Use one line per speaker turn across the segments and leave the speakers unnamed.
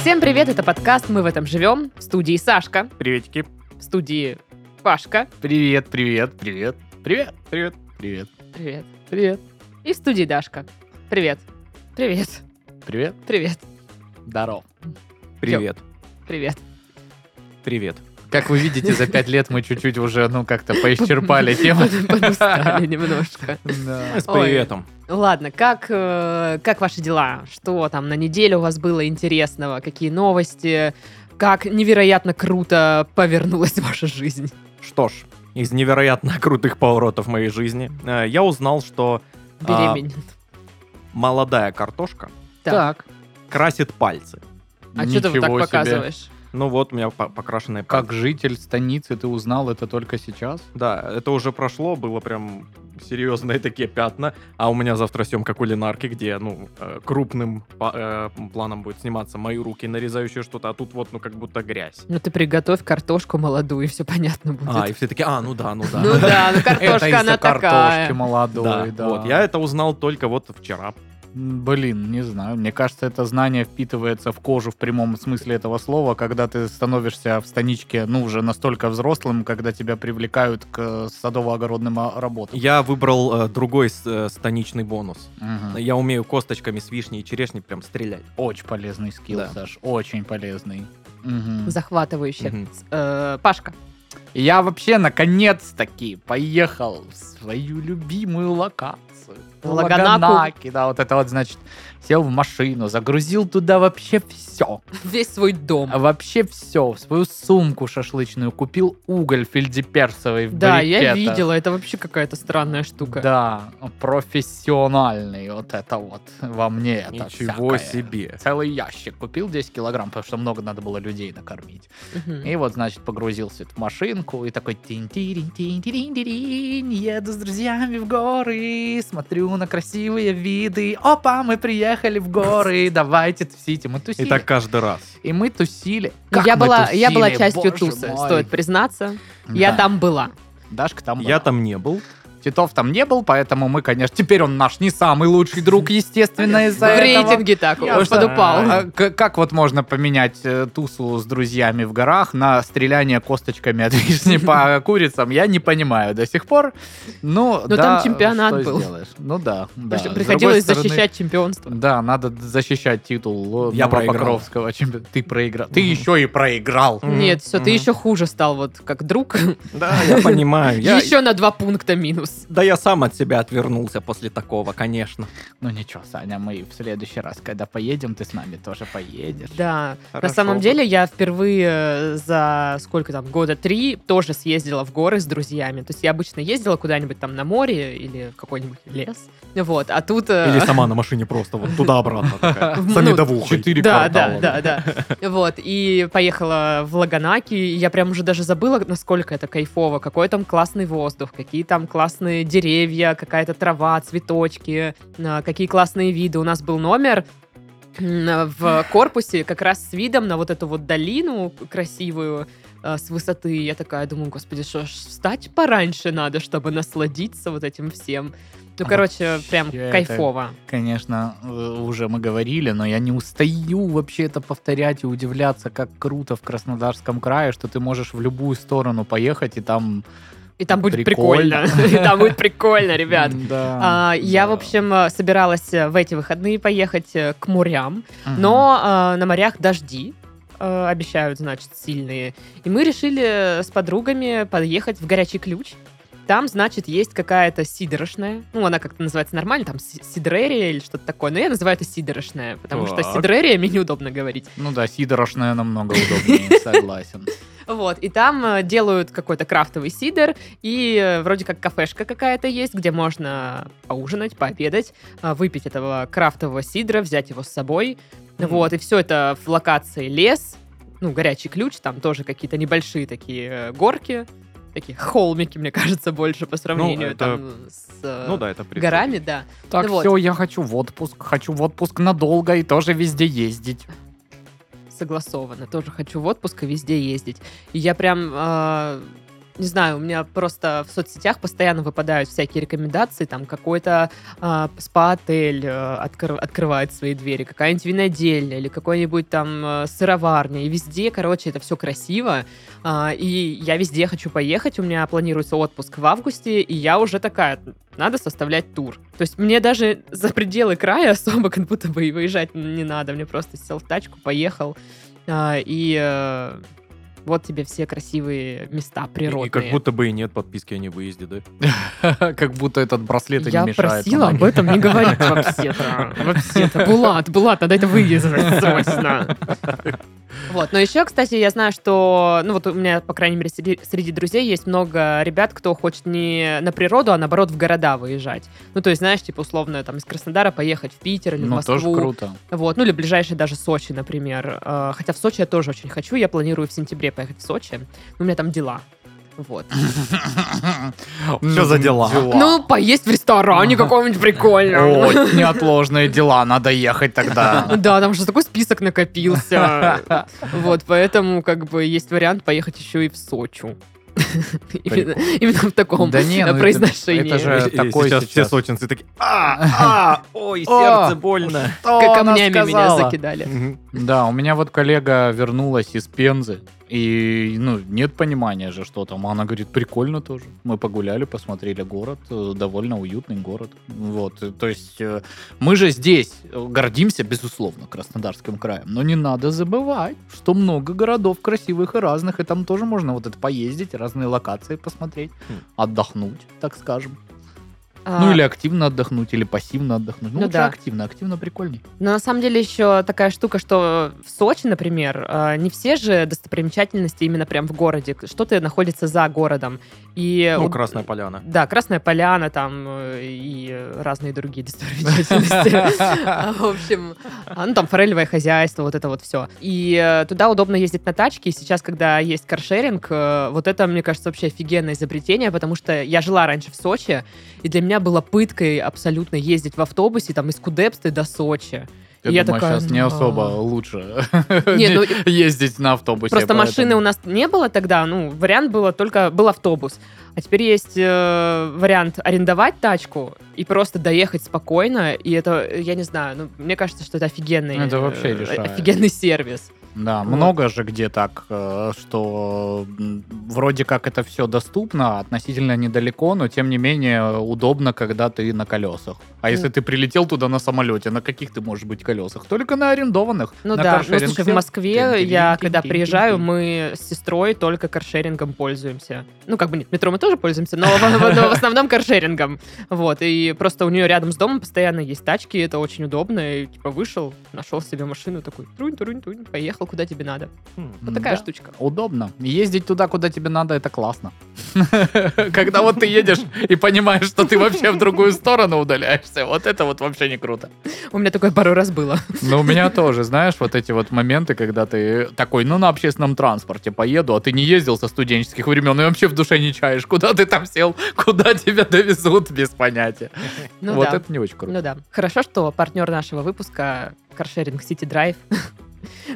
Всем привет, это подкаст «Мы в этом живем». В студии Сашка,
Приветики.
в студии Пашка.
Привет, привет, привет. Привет, привет, привет,
Привет.
привет,
И в студии Дашка. Привет. Привет.
привет,
Привет.
здоров.
Привет.
Привет.
Привет.
Как вы видите, за пять лет мы чуть-чуть уже, ну, как-то поисчерпали тему.
Под- Подустали немножко.
Да.
С
Ой.
приветом.
Ладно, как, э, как ваши дела? Что там на неделю у вас было интересного? Какие новости? Как невероятно круто повернулась ваша жизнь?
Что ж, из невероятно крутых поворотов моей жизни э, я узнал, что А,
Беременен.
молодая картошка
Так.
красит пальцы.
А что ты вот
Ничего
так
себе.
показываешь?
Ну вот, у меня по- покрашенные
Как
пальцы.
житель станицы ты узнал это только сейчас?
Да, это уже прошло, было прям серьезные такие пятна. А у меня завтра съемка кулинарки, где, ну, э, крупным па- э, планом будет сниматься мои руки, нарезающие что-то, а тут вот, ну, как будто грязь.
Ну ты приготовь картошку молодую, и все понятно будет.
А, и все такие, а, ну да, ну да.
Ну да, ну
Это
картошка, она
из-за картошки
такая.
молодой,
Да,
да.
вот, я это узнал только вот вчера.
М, Блин, не знаю. Мне кажется, это знание впитывается в кожу в прямом смысле этого слова, когда ты становишься в станичке, ну, уже настолько взрослым, когда тебя привлекают к э, садово-огородным а, работам.
Я выбрал э, другой с- э, станичный бонус.
Мгм.
Я умею косточками с вишней и черешней прям стрелять.
Очень полезный скилл,
Да.
Саш, очень полезный. Мгм.
Захватывающе.
Мгм.
С- э, Пашка.
Я вообще наконец-таки поехал в свою любимую локацию.
В Лаганаку.
Лаганаки, да, вот это вот, значит, сел в машину, загрузил туда вообще все.
Весь свой дом.
А Вообще все. В свою сумку шашлычную купил уголь фельдеперсовый в
Да, я
брикетах.
видела, это вообще какая-то странная штука.
Да, профессиональный вот это вот во мне. это
Ничего
всякое.
себе.
Целый ящик купил 10 килограмм, потому что много надо было людей накормить.
Мгм.
И вот, значит, погрузился в машинку и такой тин-тирин-тин-тирин-тирин, еду с друзьями в горы, смотрю на красивые виды. Опа, мы приехали в горы, давайте тусите. Мы
И
тусили.
так каждый раз.
И мы тусили.
Ну,
Как
я,
мы
была, я была
тусили,
частью
боже
тусы,
мой.
стоит признаться. Я
Да.
там была.
Дашка там
Я
была.
там не был.
Титов там не был, поэтому мы, конечно, теперь он наш не самый лучший друг, естественно, из-за
в
этого.
рейтинге так,
Я
уж подупал.
знаю.
А к- как вот можно поменять э, тусу с друзьями в горах на стреляние косточками от вишни по курицам? Я не понимаю до сих пор. Ну,
Ну,
да,
там чемпионат
что
был.
сделаешь? Ну да, да.
Потому что
С
Приходилось
другой стороны,
защищать чемпионство.
Да, надо защищать титул
Я
Я
проиграл.
Покровского чемпиона. Ты проиграл. Ты
Мгм.
еще и проиграл.
Мгм,
Нет, все, ты
мгм.
еще хуже стал, вот как друг.
Да, я понимаю. Я-
Еще на два пункта минус.
Да я сам от себя отвернулся после такого, конечно.
Ну ничего, Саня, мы в следующий раз, когда поедем, ты с нами тоже поедешь.
Да. На
Хорошо.
самом деле, я впервые э, за сколько там, года три тоже съездила в горы с друзьями. То есть я обычно ездила куда-нибудь там на море или в какой-нибудь лес. Вот, а тут... э,
Или сама на машине просто вот туда-обратно. такая,
Ну,
За медовухой.
Четыре
Да, да,
квартала.
да, да. Вот, и поехала в Лаганаки, и я прям уже даже забыла, насколько это кайфово, какой там классный воздух, какие там классные деревья, какая-то трава, цветочки, а, какие классные виды. У нас был номер м, в корпусе как раз с видом на вот эту вот долину красивую а, с высоты. Я такая думаю, господи, что ж, встать пораньше надо, чтобы насладиться вот этим всем. Ну,
А
короче, прям
вообще это-
кайфово.
Конечно, э, уже мы говорили, но я не устаю вообще это повторять и удивляться, как круто в Краснодарском крае, что ты можешь в любую сторону поехать и там...
И там будет прикольно.
Прикольно.
И там будет прикольно, ребят.
М, да,
А, Я,
да.
в общем, э, собиралась э, в эти выходные поехать э, к морям,
Мгм.
но э, на морях дожди э, обещают, значит, сильные. И мы решили э, с подругами подъехать в горячий ключ. Там, значит, есть какая-то сидорошная. Ну, она как-то называется нормально, там си- сидрерия или что-то такое. Но я называю это сидорошная, потому что
Так.
сидрерия мне неудобно говорить.
Ну да, сидорошная намного удобнее, согласен.
Вот, и там э, делают какой-то крафтовый сидр, и э, вроде как кафешка какая-то есть, где можно поужинать, пообедать, э, выпить этого крафтового сидра, взять его с собой.
Мгм.
Вот, и все это в локации лес, ну, горячий ключ, там тоже какие-то небольшие такие э, горки, такие холмики, мне кажется, больше по сравнению
Ну, это-
там с э,
Ну да, это прикольно.
горами, да.
Так,
Ну вот.
все, я хочу в отпуск, хочу в отпуск надолго и тоже везде ездить.
согласованно. Тоже хочу в отпуск и везде ездить. И я прям э, не знаю, у меня просто в соцсетях постоянно выпадают всякие рекомендации, там какой-то а, спа-отель э, откр- открывает свои двери, какая-нибудь винодельня или какой-нибудь там э, сыроварня, и везде, короче, это все красиво, а, и я везде хочу поехать, у меня планируется отпуск в августе, и я уже такая, надо составлять тур. То есть мне даже за пределы края особо как будто бы и выезжать не надо, мне просто сел в тачку, поехал, а, и... э, вот тебе все красивые места природные.
И как будто бы и нет подписки о невыезде, да?
Как будто этот браслет и не
Я
мешает.
просила об
Ладно.
этом не говорить вообще-то. Вообще-то. Булат, Булат, надо это вырезать срочно. Вот, но еще, кстати, я знаю, что, ну вот у меня, по крайней мере, среди, среди друзей есть много ребят, кто хочет не на природу, а наоборот в города выезжать. Ну, то есть, знаешь, типа условно там из Краснодара поехать в Питер или в
Ну,
Москву.
тоже круто.
Вот, ну или ближайший даже Сочи, например. Э, Хотя в Сочи я тоже очень хочу. Я планирую в сентябре поехать в Сочи. Ну, У меня там дела. Вот.
Что за дела?
Ну, поесть в ресторане каком-нибудь прикольном.
Ой, неотложные дела, надо ехать тогда.
Да, там же такой список накопился. Вот, поэтому как бы есть вариант поехать еще и в Сочи. Именно именно в таком
Да не,
э,
ну это-
произношении.
это же-
И- и
такой
Э, сейчас все
сейчас.
сочинцы такие, а, а, ой, сердце больно.
Что
К-
она
Камнями меня
сказала?
закидали.
Мгм.
Да, у меня вот коллега вернулась из Пензы, и, ну, нет понимания же, что там. Она говорит, прикольно тоже. Мы погуляли, посмотрели город, э, довольно уютный город. Вот, э, то есть э, мы же здесь э, гордимся, безусловно, Краснодарским краем, но не надо забывать, что много городов красивых и разных, и там тоже можно вот это поездить, разные локации посмотреть,
Хм.
отдохнуть, так скажем.
А,
Ну, или активно отдохнуть, или пассивно отдохнуть. Ну,
Ну
лучше
да.
активно, активно прикольней.
Но на самом деле еще такая штука, что в Сочи, например, э, не все же достопримечательности именно прям в городе. Что-то находится за городом. И
Ну,
у-
Красная Поляна.
Да, Красная Поляна там э, и э, разные другие достопримечательности. А, В общем, а, ну там форелевое хозяйство, вот это вот все. И э, туда удобно ездить на тачке. И сейчас, когда есть каршеринг, э, вот это, мне кажется, вообще офигенное изобретение, потому что я жила раньше в Сочи, и для меня было пыткой абсолютно ездить в автобусе там из Кудепсты до Сочи.
Я,
И я
думаю,
такая,
сейчас не
«Да».
особо лучше
Не, ну,
ездить на автобусе.
Просто
поэтому-
машины у нас не было тогда, ну, вариант было только, был автобус. А теперь есть э, вариант арендовать тачку и просто доехать спокойно, и это, э, я не знаю, ну, мне кажется, что это офигенный,
Ну, это вообще
э,
решает.
офигенный сервис.
Да,
Вот.
много же где так, э, что м, вроде как это все доступно, относительно недалеко, но тем не менее удобно, когда ты на колесах. А если ты прилетел туда на самолете, на каких ты можешь быть колесах? Только на арендованных.
Ну
на
да, ну,
каршеринг
слушай, в
сел.
Москве
Тин-тин-тин,
я, когда
тин-тин-тин-тин.
приезжаю, мы с сестрой только каршерингом пользуемся. Ну, как бы нет, метро мы тоже пользуемся, но в, в- но в основном каршерингом. Вот, и просто у нее рядом с домом постоянно есть тачки, и это очень удобно. И, типа, вышел, нашел себе машину, такой, трунь-трунь-трунь, поехал, куда тебе надо.
М.
Вот такая
Да.
штучка.
Удобно. Ездить туда, куда тебе надо, это классно. Когда вот ты едешь и понимаешь, что ты вообще в другую сторону удаляешься, вот это вот вообще не круто.
У меня такое пару раз было.
Ну, у меня тоже, знаешь, вот эти вот моменты, когда ты такой, ну, на общественном транспорте поеду, а ты не ездил со студенческих времен и вообще в душе не чаешь, куда ты там сел, куда тебя довезут, без понятия.
Ну
вот
да.
это не очень круто.
Ну да. Хорошо, что партнер нашего выпуска Каршеринг Сити Драйв.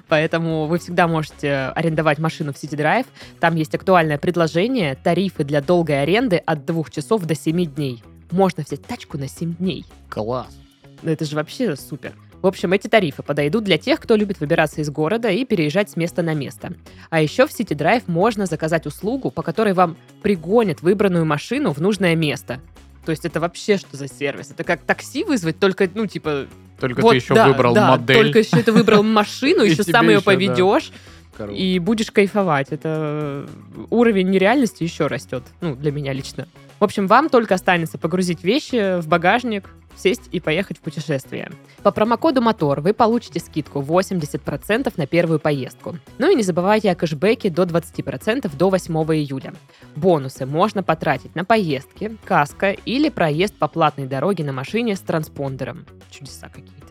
Поэтому вы всегда можете арендовать машину в City Drive. Там есть актуальное предложение, тарифы для долгой аренды от 2 часов до 7 дней. Можно взять тачку на 7 дней.
Класс.
Ну это же вообще супер. В общем, эти тарифы подойдут для тех, кто любит выбираться из города и переезжать с места на место. А еще в City Drive можно заказать услугу, по которой вам пригонят выбранную машину в нужное место. То есть это вообще что за сервис? Это как такси вызвать, только, ну, типа...
Только
вот,
ты еще
да,
выбрал
да,
модель.
только еще ты выбрал машину,
И
еще
тебе
сам ее
еще, да.
поведешь,
Короче.
и будешь кайфовать. Это э, уровень нереальности еще растет, ну, для меня лично. В общем, вам только останется погрузить вещи в багажник, сесть и поехать в путешествие. По промокоду «Мотор» вы получите скидку 80% на первую поездку. Ну и не забывайте о кэшбэке до 20% до 8 июля. Бонусы можно потратить на поездки, каска или проезд по платной дороге на машине с транспондером. Чудеса какие-то.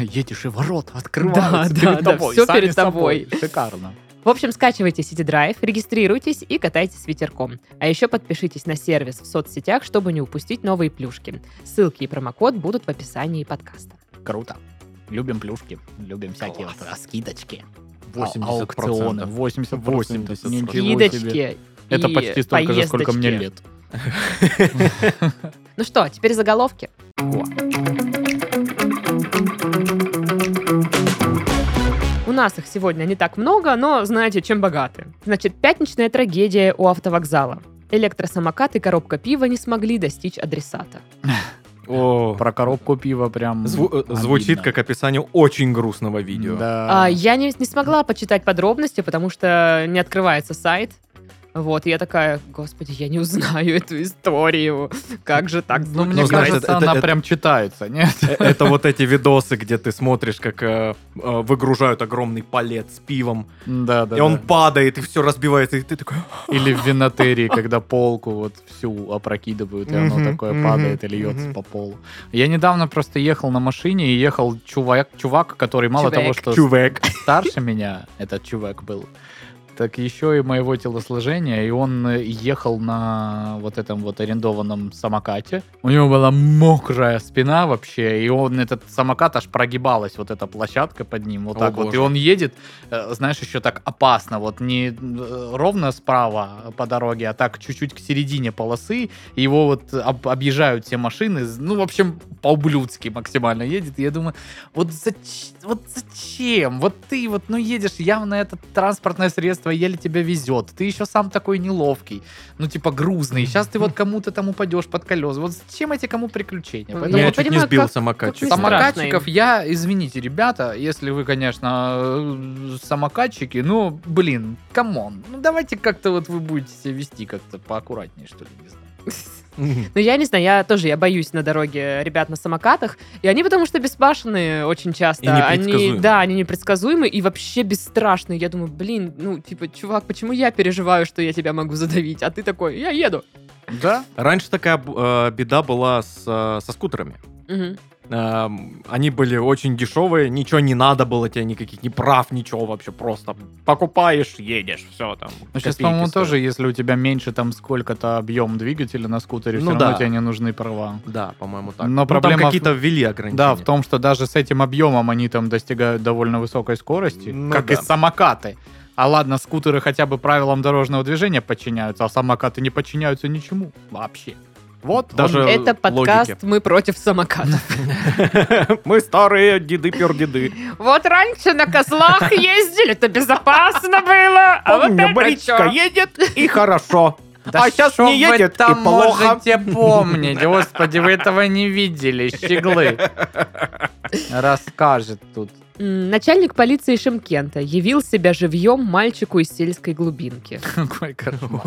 Едешь и ворота открываются
Да,
перед
да, да,
тобой.
всё
сами
перед
собой.
тобой.
Шикарно.
В общем, скачивайте City Drive, регистрируйтесь и катайтесь с ветерком. А еще подпишитесь на сервис в соцсетях, чтобы не упустить новые плюшки. Ссылки и промокод будут в описании подкаста.
Круто. Любим плюшки, любим всякие
Класс.
вот раскидочки. а- аукционы. 80%.
80%.
Ничего себе.
Скидочки.
Это
и
почти столько же, сколько мне
поездочки.
лет.
Ну что, теперь заголовки.
Во.
У нас их сегодня не так много, но знаете, чем богаты. Значит, пятничная трагедия у автовокзала. Электросамокат и коробка пива не смогли достичь адресата.
О,
Про коробку пива прям...
зву- э,
обидно.
звучит как описание очень грустного видео.
Да.
А, я не, не смогла почитать подробности, потому что не открывается сайт. Вот, и я такая, господи, я не узнаю эту историю. Как же так?
Ну, мне
Ну, знаешь,
кажется,
это- это-
она
это-
прям читается, нет?
Э, Это вот эти видосы, где ты смотришь, как э, э, выгружают огромный палет с пивом,
Да, да.
и он падает, и все разбивается, и ты такой...
Или в винотерии, когда полку вот всю опрокидывают, и оно
Мгм,
такое
мгм,
падает и льется
мгм.
по полу. Я недавно просто ехал на машине, и ехал чувак, чувак, который мало того,
Чувак.
что
Чувак.
старше меня, этот чувак был, так еще и моего телосложения, и он э, ехал на вот этом вот арендованном самокате. У него была мокрая спина вообще, и он, этот самокат аж прогибалась, вот эта площадка под ним, вот
О,
так вот. И
боже.
он едет, э, знаешь, еще так опасно, вот не э, ровно справа по дороге, а так чуть-чуть к середине полосы, и его вот об- объезжают все машины, з- ну, в общем, по-ублюдски максимально едет, и я думаю, вот, зач- вот зачем? Вот ты вот, ну, едешь, явно это транспортное средство еле тебя везет. Ты еще сам такой неловкий, ну, типа грузный. Сейчас ты вот кому-то там упадешь под колеса. Вот зачем эти кому приключения?
Ну,
Меня
я
Поэтому
чуть не
понимаю,
сбил
как- как
самокатчик. да.
не страшно.
самокатчиков я, извините, ребята, если вы, конечно, э, самокатчики, ну, блин, камон. Ну, давайте как-то вот вы будете себя вести как-то поаккуратнее, что ли, не знаю.
Мгм.
Ну, я не знаю, я тоже, я боюсь на дороге ребят на самокатах. И они потому что беспашные очень часто.
И непредсказуемы.
они, да, они непредсказуемы и вообще бесстрашные. Я думаю, блин, ну, типа, чувак, почему я переживаю, что я тебя могу задавить? А ты такой, я еду.
Да?
Раньше такая б- э, беда была с, э, со скутерами.
Мгм.
Эм, Они были очень дешевые, ничего не надо было тебе никаких, ни прав, ничего вообще, просто покупаешь, едешь, все там.
Ну, сейчас,
копейки
по-моему,
стоят.
тоже, если у тебя меньше там сколько-то объем двигателя на скутере,
Ну
все
да.
равно тебе не нужны права.
Да, по-моему, так. Ну,
Но
там
проблема в-
какие-то ввели ограничения.
Да, в том, что даже с этим объемом они там достигают довольно высокой скорости,
Ну
как
да.
и самокаты. А ладно, скутеры хотя бы правилам дорожного движения подчиняются, а самокаты не подчиняются ничему вообще. Вот,
Даже-
он-
Это подкаст
логики.
«Мы против самокатов».
Мы старые деды-пердеды.
Вот раньше на козлах ездили, это безопасно было. А вот
Помню,
это
бричка
чё?
едет и хорошо.
Да
а сейчас
что
не
вы
едет, и
там
плохо.
можете помнить, господи, вы этого не видели, щеглы. Расскажет тут.
М, Начальник полиции Шимкента явил себя живьем мальчику из сельской глубинки.
Какой кошмар.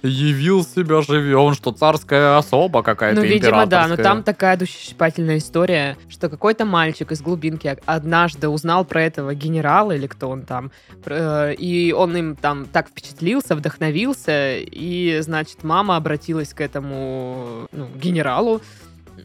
Явил себя живем, что царская особа какая-то
Ну, видимо, да, но
императорская.
там такая душесчипательная история, что какой-то мальчик из глубинки однажды узнал про этого генерала или кто он там, про- э, и он им там так впечатлился, вдохновился, и, значит, мама обратилась к этому ну, генералу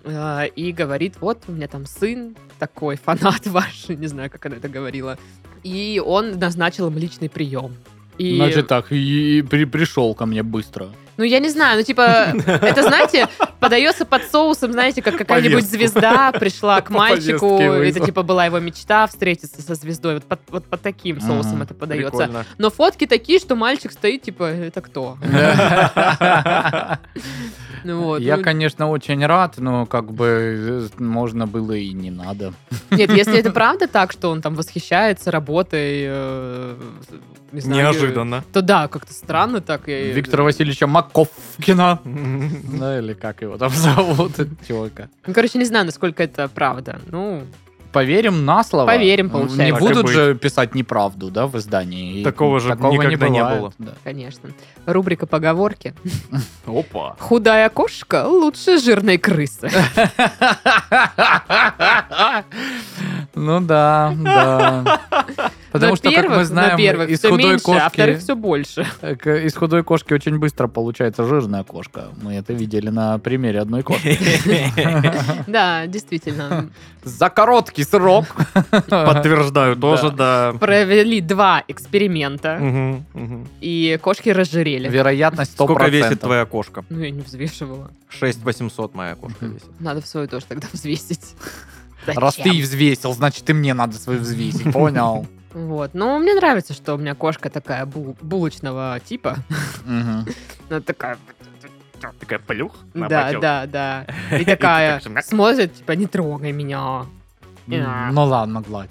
э, и говорит, вот у меня там сын такой, фанат ваш, не знаю, как она это говорила, и он назначил им личный прием. И...
Значит так, и, и при- пришел ко мне быстро.
Ну, я не знаю, ну, типа, это, знаете, подается под соусом, знаете, как какая-нибудь
Повестку.
звезда пришла к
По
мальчику,
повестке
это,
вызвал.
типа, была его мечта встретиться со звездой, вот под, вот под таким соусом
Ага,
это подается.
Прикольно.
Но фотки такие, что мальчик стоит, типа, это кто?
Я,
Ну, вот. Ну,
конечно, очень рад, но как бы э, можно было и не надо.
Ну, Нет, если это правда так, что он там восхищается работой, э, не знаю,
Неожиданно.
то да, как-то странно так. я-
Виктора Васильевича Маковкина. Да, или как его там зовут, чувака.
Ну, короче, не знаю, насколько это правда. Ну,
Поверим на слово. Ну,
Поверим, получается.
Не
Так и
будут
быть.
же писать неправду, да, в издании. И
Такого же никогда не
бывает,
было.
да.
конечно. Рубрика поговорки.
Опа.
Худая кошка лучше жирной крысы.
Ну да, да. Потому что, как мы
Во-первых,
знаем,
во-первых,
из
всё
худой
меньше, а во-вторых,
кошки...
все больше.
Так, э, Из худой кошки очень быстро получается жирная кошка. Мы это видели на примере одной кошки.
Да, действительно.
За короткий срок.
Подтверждаю, тоже, да.
Провели два эксперимента,
Мгм, мгм.
и кошки разжирели.
Вероятность 100%.
Сколько весит твоя кошка?
Ну, я не взвешивала.
6800 моя кошка весит.
Надо все тоже тогда взвесить.
Раз ты
Зачем?
и взвесил, значит и мне надо свою взвесить. Понял.
Вот. Но мне нравится, что у меня кошка такая бу- булочного типа.
Мгм.
Она такая...
Такая плюх на
Да,
бачок.
да, да.
И
И
ты
такая
так же мяк.
смотрит, типа, не трогай меня. Да.
Ну ладно, гладь.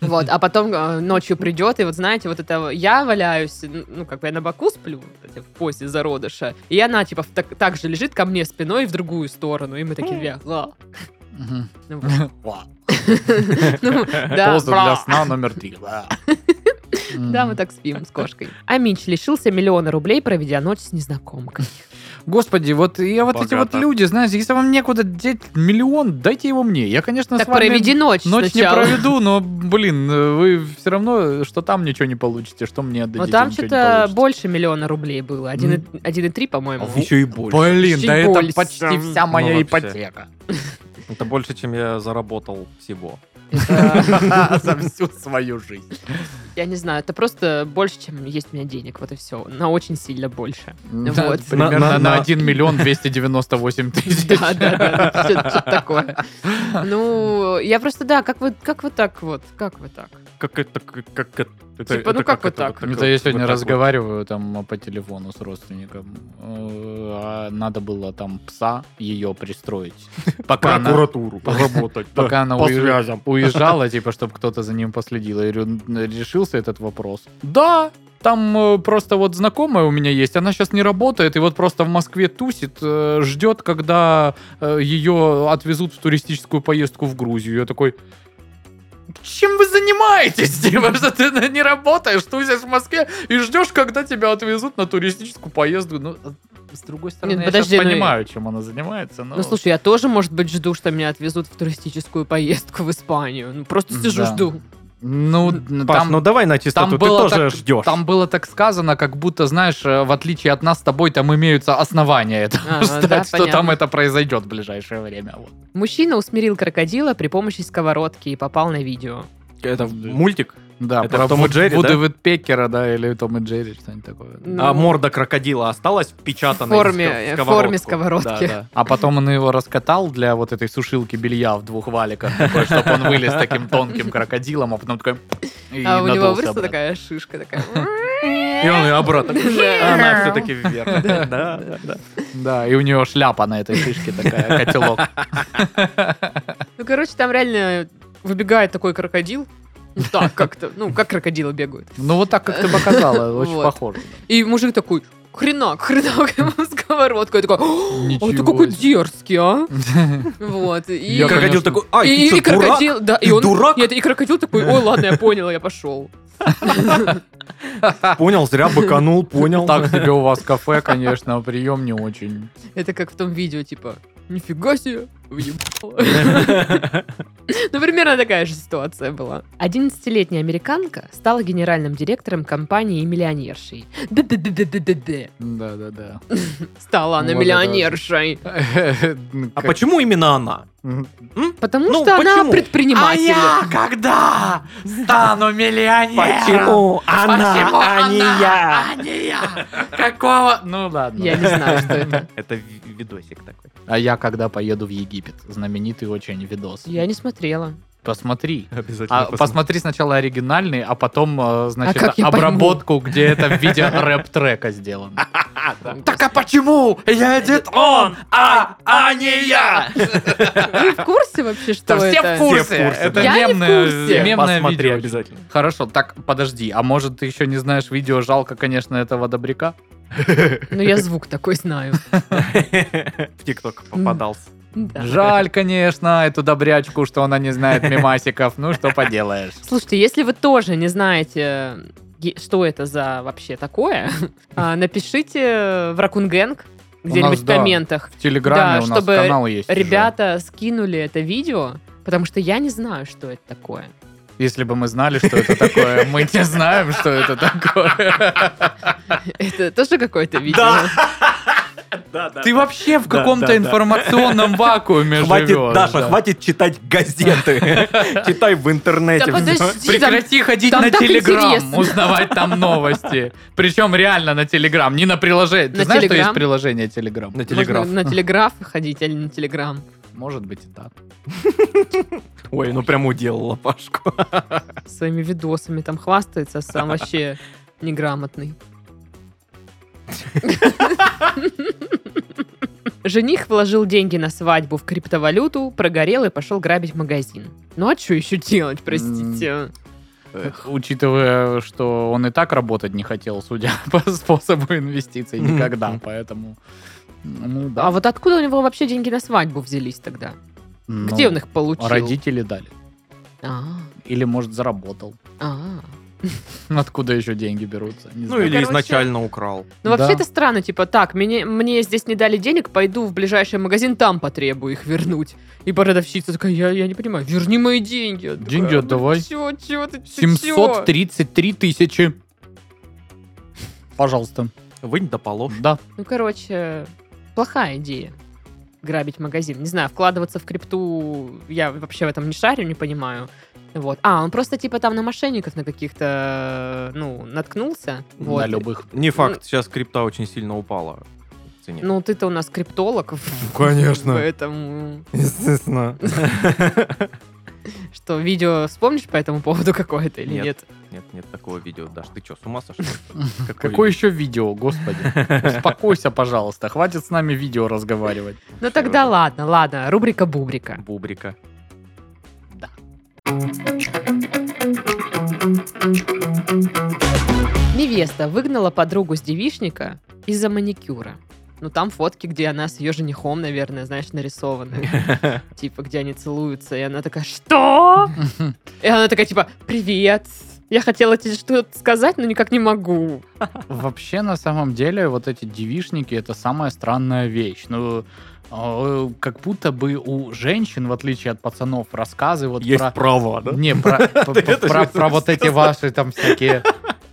Вот, а потом э, ночью придет, и вот знаете, вот это я валяюсь, ну, как бы я на боку сплю, вот эти, в позе зародыша, и она, типа, в так, так же лежит ко мне спиной в другую сторону, и мы такие, бля, ла.
Мгм.
Ну,
Ва.
ну, да,
Поза для
бра.
сна номер три. Ва.
Да,
Мгм.
мы так спим с кошкой. А Мич лишился миллиона рублей, проведя ночь с незнакомкой.
Господи, вот я вот эти вот
Богато.
люди, знаете, если вам некуда деть миллион, дайте его мне. Я, конечно,
Так
Ну, с вами
проведи ночь
ночь
сначала.
не проведу, но, блин, э, вы все равно, что там ничего не получите, что мне
Но
отдадите,
Ну, там
ничего не
что-то
получите.
больше миллиона рублей было. Один и- 1,3, по-моему.
Офигеть.
Еще и больше.
Блин, да это
Щеголься.
почти вся моя
Ну, вообще.
ипотека.
Это больше, чем я заработал всего.
За всю свою жизнь.
Я не знаю, это просто больше, чем есть у меня денег. Вот и все. На очень сильно больше.
Да,
Ну, Вот.
Примерно
На- на-
на
на-
1 миллион 298 тысяч.
Да, да, да, что-то такое. Ну, я просто, да, как вы, как вы так вот, как вы так?
Как это, как как это? это-
Типа, ну
это
как вот
это
так?
Это я
вот
сегодня
так вот?
разговариваю там по телефону с родственником. Э, а Надо было там пса ее пристроить. Пока она,
Прокуратуру поработать. да,
пока она
По
уезжала.
связям.
уезжала, типа, чтобы кто-то за ним последил. Я говорю, «Н- решился этот вопрос? Да, там э, просто вот знакомая у меня есть, она сейчас не работает и вот просто в Москве тусит, э, ждет, когда э, ее отвезут в туристическую поездку в Грузию. Я такой, чем вы занимаетесь, типа, что ты на- не работаешь, тусишь в Москве и ждешь, когда тебя отвезут на туристическую поездку? Ну, с другой стороны,
Нет,
я сейчас
подожди, ну и-
понимаю, чем она занимается. Но...
Ну, слушай, я тоже, может быть, жду, что меня отвезут в туристическую поездку в Испанию. Ну, просто сижу,
Да.
жду.
ну, там...
Паш, ну давай на
Там
чистоту, ты
было,
тоже
так,
ждешь.
там было так сказано, как будто, знаешь, э, в отличие от нас с тобой, там имеются основания этого,
А,
ждать,
да,
что там
понятно.
это произойдет в ближайшее время. Вот.
Мужчина усмирил крокодила при помощи сковородки и попал на видео.
Это мультик?
Да,
Это про Том и Джерри, да?
Вуд Пекера, да, или Том и Джерри, что-нибудь такое.
Ну,
А морда крокодила осталась
В
впечатанной
форме- э,
в
в
ск-
форме
сковородку?
сковородки.
Да, да.
А потом он его раскатал для вот этой сушилки белья в двух валиках, такой, чтобы он вылез таким тонким крокодилом, а потом такой... и
а у него
надулся
выросла
обратно.
такая шишка такая.
И он ее обратно.
Да.
А Она все-таки вверх. Да, да, да.
Да, и у него шляпа на этой шишке такая, котелок.
Ну, короче, там реально выбегает такой крокодил. Ну, так как-то, ну, как крокодилы бегают.
Ну вот так, как ты показала, очень
Вот.
похоже.
И мужик такой, хренак, хренак, ему сковородку. Я такой, «О, а ты
Ничего
какой
себе.
дерзкий, а? Вот. И,
Я,
Крокодил
конечно. А,
такой, ай,
и,
ты
и
что, дурак?
крокодил, да, и
Ты
он,
дурак?
нет, и крокодил такой, ой, ладно, я понял, я пошел.
Понял, зря быканул, понял.
Так тебе у вас кафе, конечно, прием не очень.
Это как в том видео, типа, нифига себе, въебало». Ну, примерно такая же ситуация была. 11-летняя американка стала генеральным директором компании и миллионершей. Бе-бе-бе-бе-бе-бе.
Да-да-да.
Стала она
Ну, Вот это
миллионершей.
А почему именно она?
Потому
Ну,
что она
почему?
предприниматель.
А когда стану миллионером?
она, а
не я. Какого? Ну ладно.
Я не знаю, что это.
Это ви- видосик такой.
А я когда поеду в Египет? Знаменитый очень видос.
Я не смотрела.
Посмотри.
Обязательно
А, посмотри сначала оригинальный, а потом, э, значит,
А как я
обработку, где это в виде рэп-трека сделано.
Так
а почему едет он, а, а не я?
вы в курсе вообще, что это?
Да все в курсе.
Все в курсе,
Это
да. Я не в
мемное,
курсе.
мемное
Посмотри
видео.
обязательно.
Хорошо, так, подожди, а может ты еще не знаешь видео, жалко, конечно, этого добряка?
Ну, я звук такой знаю.
В ТикТок попадался.
Да.
Жаль, конечно, эту добрячку, что она не знает мемасиков, ну что поделаешь.
Слушайте, если вы тоже не знаете, е- что это за вообще такое, а, напишите в Ракунгэнг где-нибудь в
да.
комментах.
В Телеграме
Да,
у нас
чтобы
канал есть. уже.
Ребята скинули это видео, потому что я не знаю, что это такое.
Если бы мы знали, что это такое, мы не знаем, что это такое.
Это тоже какое-то видео?
Да, да.
Ты вообще в
Да,
каком-то
да, да.
информационном вакууме
Хватит,
живешь.
Даша,
да.
хватит читать газеты. Читай в интернете.
Да подожди,
Прекрати ходить
там
на
так
Телеграм,
интересно.
узнавать там новости. Причем реально на Телеграм, не на приложение. Ты
На
знаешь, что
Телеграм?
есть приложение Телеграм?
На
Можно
телеграф.
а на телеграф ходить или на телеграм.
Может быть и так.
Ой, ну прям уделал лопашку.
Своими видосами там хвастается, а сам вообще неграмотный. Жених вложил деньги на свадьбу в криптовалюту, прогорел и пошел грабить магазин. Ну а что еще делать, простите?
Эх, Э, Учитывая, что он и так работать не хотел, судя по способу инвестиций,
Мгм.
никогда. Поэтому, ну да.
А вот откуда у него вообще деньги на свадьбу взялись тогда?
Ну,
Где он их получил?
Родители дали.
А,
Или, может, заработал.
а.
Откуда еще деньги берутся? Не
Ну
знаю.
или
короче.
изначально украл.
Ну вообще
Да.
это странно, типа, так, мне, мне здесь не дали денег, пойду в ближайший магазин, там потребую их вернуть. И продавщица такая, я, я не понимаю, верни мои деньги. Я такая,
Деньги
«Ну
отдавай».
Чё, чё ты, ты чё?»
733 тысячи. Пожалуйста.
Вынь да полов.
Да.
Ну, короче, плохая идея грабить магазин. Не знаю, вкладываться в крипту я вообще в этом не шарю, не понимаю. Вот. А, он просто типа там на мошенников на каких-то, ну, наткнулся. Вот.
На любых.
Не факт, сейчас крипта очень сильно упала в цене.
Ну, ты-то у нас криптолог.
конечно.
Поэтому...
естественно.
Что, видео вспомнишь по этому поводу какое-то или
Нет.
нет?
Нет, нет такого видео. Даш, ты что, с ума сошел? Какое
Какое еще видео, господи? Успокойся, пожалуйста. Хватит с нами видео разговаривать.
Ну тогда ладно, ладно, рубрика-бубрика.
Бубрика.
Невеста выгнала подругу с девичника из-за маникюра. Ну там фотки, где она с ее женихом, наверное, знаешь, нарисованы. Типа, где они целуются, и она такая, что? И она такая, типа, привет, я хотела тебе что-то сказать, но никак не могу.
Вообще, на самом деле, вот эти девишники это самая странная вещь. Ну, э, как будто бы у женщин, в отличие от пацанов, рассказы вот про...
права,
Не, про, про-
это
про-
же
про вот эти
сказал.
ваши там всякие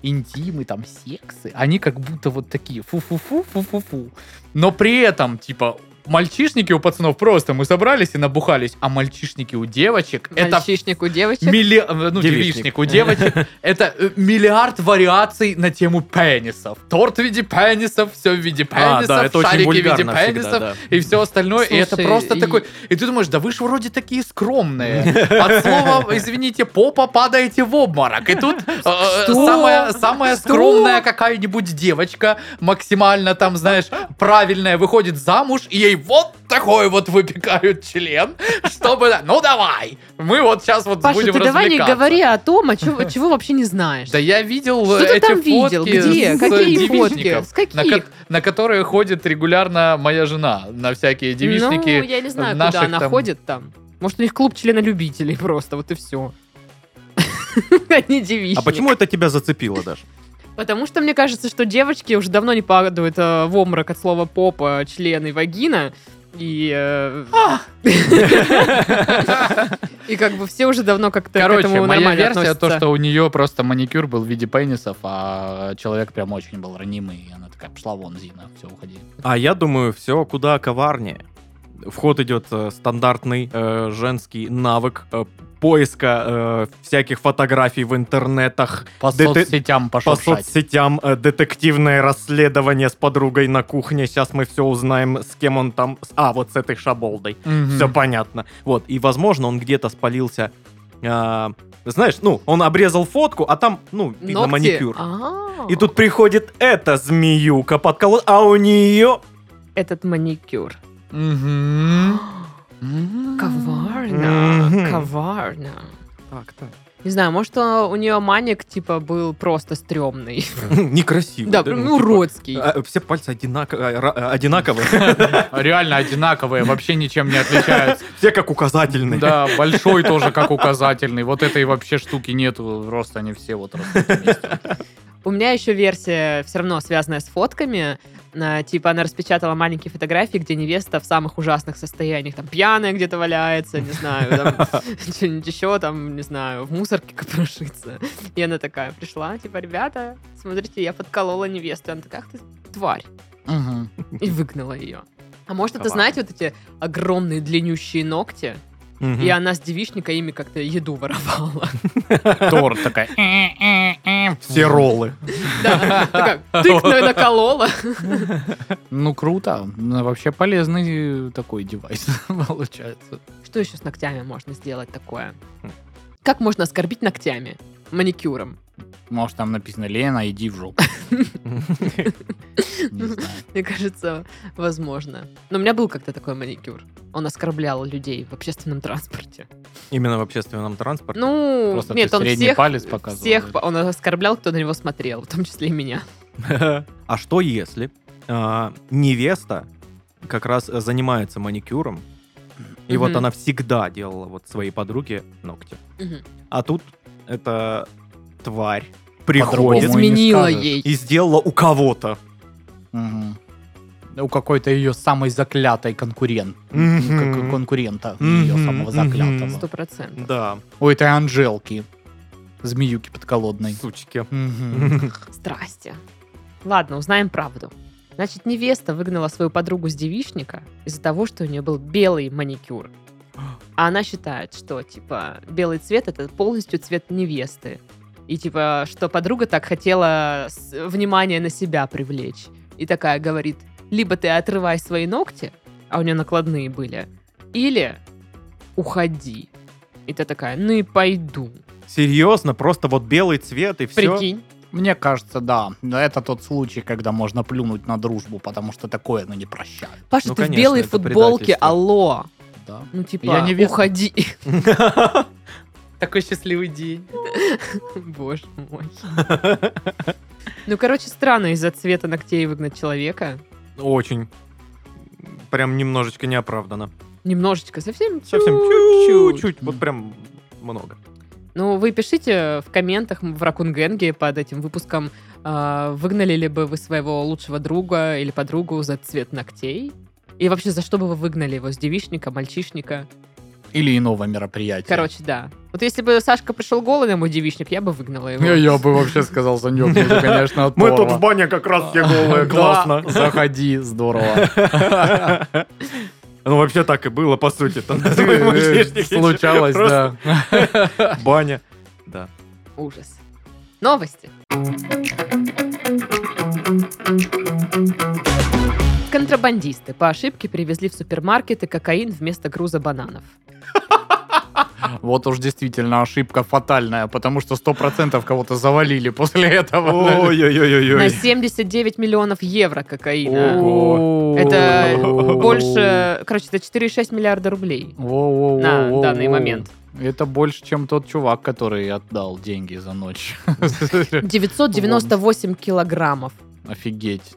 интимы, там сексы, они как будто вот такие фу-фу-фу, фу-фу-фу. Но при этом, типа, мальчишники у пацанов просто мы собрались и набухались, а мальчишники у девочек это
Мальчишник у девочек.
милли... э, ну,
Девичник.
девичник у девочек, это э, миллиард вариаций на тему пенисов. Торт в виде пенисов, все в виде
А,
пенисов,
да, это очень
шарики в виде
вульгарно
пенисов,
всегда, да.
и все остальное, и это
Слушай,
просто
и-
такой... И ты думаешь, да вы же вроде такие скромные. От слова, извините, попа падаете в обморок. И тут э,
Что?
самая, самая скромная какая-нибудь девочка, максимально там, знаешь, правильная, выходит замуж, и ей вот такой вот выпекают член, чтобы... Ну давай! Мы вот сейчас вот
Паша,
будем
ты давай не
развлекаться.
говори о том, о чё- чего вообще не знаешь.
Да я видел
Что
э,
ты
эти
там видел?
фотки
Где?
с
Какие фотки?
девичников,
С
На, ко-
каких?
на которые ходит регулярно моя жена, на всякие девичники. э,
Ну, я не знаю,
наших
куда она
там-
ходит там. Может, у них клуб членолюбителей просто, вот и все. Они девичники.
А почему это тебя зацепило, Даш?
Потому что мне кажется, что девочки уже давно не падают э, в обморок от слова попа, член и вагина. И, э,
А!
и как бы все уже давно как-то к
Короче,
этому
моя
нормально
версия
относятся.
то, что у нее просто маникюр был в виде пенисов, а человек прям очень был ранимый. И она такая, пошла вон, Зина, все, уходи.
А я думаю, все куда коварнее. В ход идет э, стандартный э, женский навык э, поиска э, всяких фотографий в интернетах,
По
Да ты-
соцсетям пошел
по соцсетям, э, детективное расследование с подругой на кухне. Сейчас мы все узнаем, с кем он там... с- А, вот с этой шаболдой. Все понятно. Вот, и, возможно, он где-то спалился... а, знаешь, ну, он обрезал фотку, а там, ну, видно
Ногти?
маникюр.
А,
И тут приходит эта змеюка под коло- а у нее...
Этот маникюр.
Мгм.
Коварно, коварно.
Так-то.
Не знаю, может, а, у нее маник, типа, был просто стрёмный.
Некрасиво.
Да, ну, прям
типа,
уродский.
а, Все пальцы одинак- а, ра- а, одинаковые.
Реально одинаковые, вообще ничем не отличаются.
Все как указательные.
Да, большой тоже как указательный. Вот этой вообще штуки нету, просто они все вот растут вместе.
У меня еще версия, все равно связанная с фотками. На- Типа она распечатала маленькие фотографии, где невеста в самых ужасных состояниях. Там пьяная где-то валяется, не знаю, там что-нибудь еще, там, не знаю, в мусорке копрошится. И она такая пришла, типа, ребята, смотрите, я подколола невесту. И она такая, ах ты тварь.
Мгм.
И выгнала ее. А может, это,
Коварно.
знаете, вот эти огромные длиннющие ногти?
Мгм.
И она с девичника ими как-то еду воровала.
Тор такая. «Э». «Э-э-э-э». Все роллы.
Да, такая, тык на- наколола.
Ну, круто. Ну, Вообще полезный такой девайс получается.
Что еще с ногтями можно сделать такое? Как можно оскорбить ногтями? Маникюром.
Может, там написано «Лена, иди в жопу». Не знаю.
Мне кажется, возможно. Но у меня был как-то такой маникюр. Он оскорблял людей в общественном транспорте.
Именно в общественном транспорте.
Ну,
Просто ты
нет, он
средний
всех,
палец показывал.
всех по- он оскорблял, кто на него смотрел, в том числе и меня.
А что если а, невеста как раз э, занимается маникюром, и вот
Мгм.
она всегда делала вот своей подруге ногти.
Мгм.
А тут эта тварь
По-другому
приходит
и не
Изменила
скажешь.
ей.
и сделала у кого-то.
Мгм. У какой-то ее самой заклятой конкурент.
Мгм.
кон- Конкурента
Мгм,
ее
мгм.
самого
Сто
заклятого.
процентов.
Да,
У этой Анжелки. Змеюки подколодной.
сучки.
Мгм.
Страсти. Ладно, узнаем правду. Значит, невеста выгнала свою подругу с девичника из-за того, что у нее был белый маникюр. А она считает, что, типа, белый цвет — это полностью цвет невесты. И, типа, что подруга так хотела с- внимание на себя привлечь. И такая говорит, либо ты отрывай свои ногти, а у нее накладные были, или уходи. И ты такая, ну и пойду.
Серьезно, просто вот белый цвет и все.
Прикинь.
Мне кажется, да. Но это тот случай, когда можно плюнуть на дружбу, потому что такое, ну, не прощают.
Паша,
Ну,
ты
конечно,
в белой
это
футболке,
предательство.
алло.
Да.
Ну, типа,
Я невеста.
уходи. Такой счастливый день. Боже мой. Ну, короче, странно из-за цвета ногтей выгнать человека.
Очень. Прям немножечко неоправданно.
Немножечко, совсем
Совсем
чуть-чуть.
чуть-чуть, вот прям много.
Ну, вы пишите в комментах в Ракунгенге под этим выпуском, а, выгнали ли бы вы своего лучшего друга или подругу за цвет ногтей? И вообще, за что бы вы выгнали его? С девичника, мальчишника?
Или иного мероприятия.
Короче, да. Вот если бы Сашка пришел голый на мой девичник, я бы выгнала его.
Ну, Я, я бы вообще сказал за него, это, конечно, от Тора.
бане как раз все
Да, Заходи, здорово.
Ну, вообще так и было, по сути-то.
э,
Э,
Случалось, да.
Баня. Да.
Ужас. Новости. Контрабандисты по ошибке привезли в супермаркеты кокаин вместо груза бананов.
Вот уж действительно ошибка фатальная, потому что 100% кого-то завалили после этого.
На
Ой-ой-ой-ой-ой.
79 миллионов евро кокаина.
Ого.
Это
О-о-о.
Больше, короче, это 4,6 миллиарда рублей.
Во-во-во-во-во.
на данный момент.
Это больше, чем тот чувак, который отдал деньги за ночь.
998 килограммов.
Офигеть.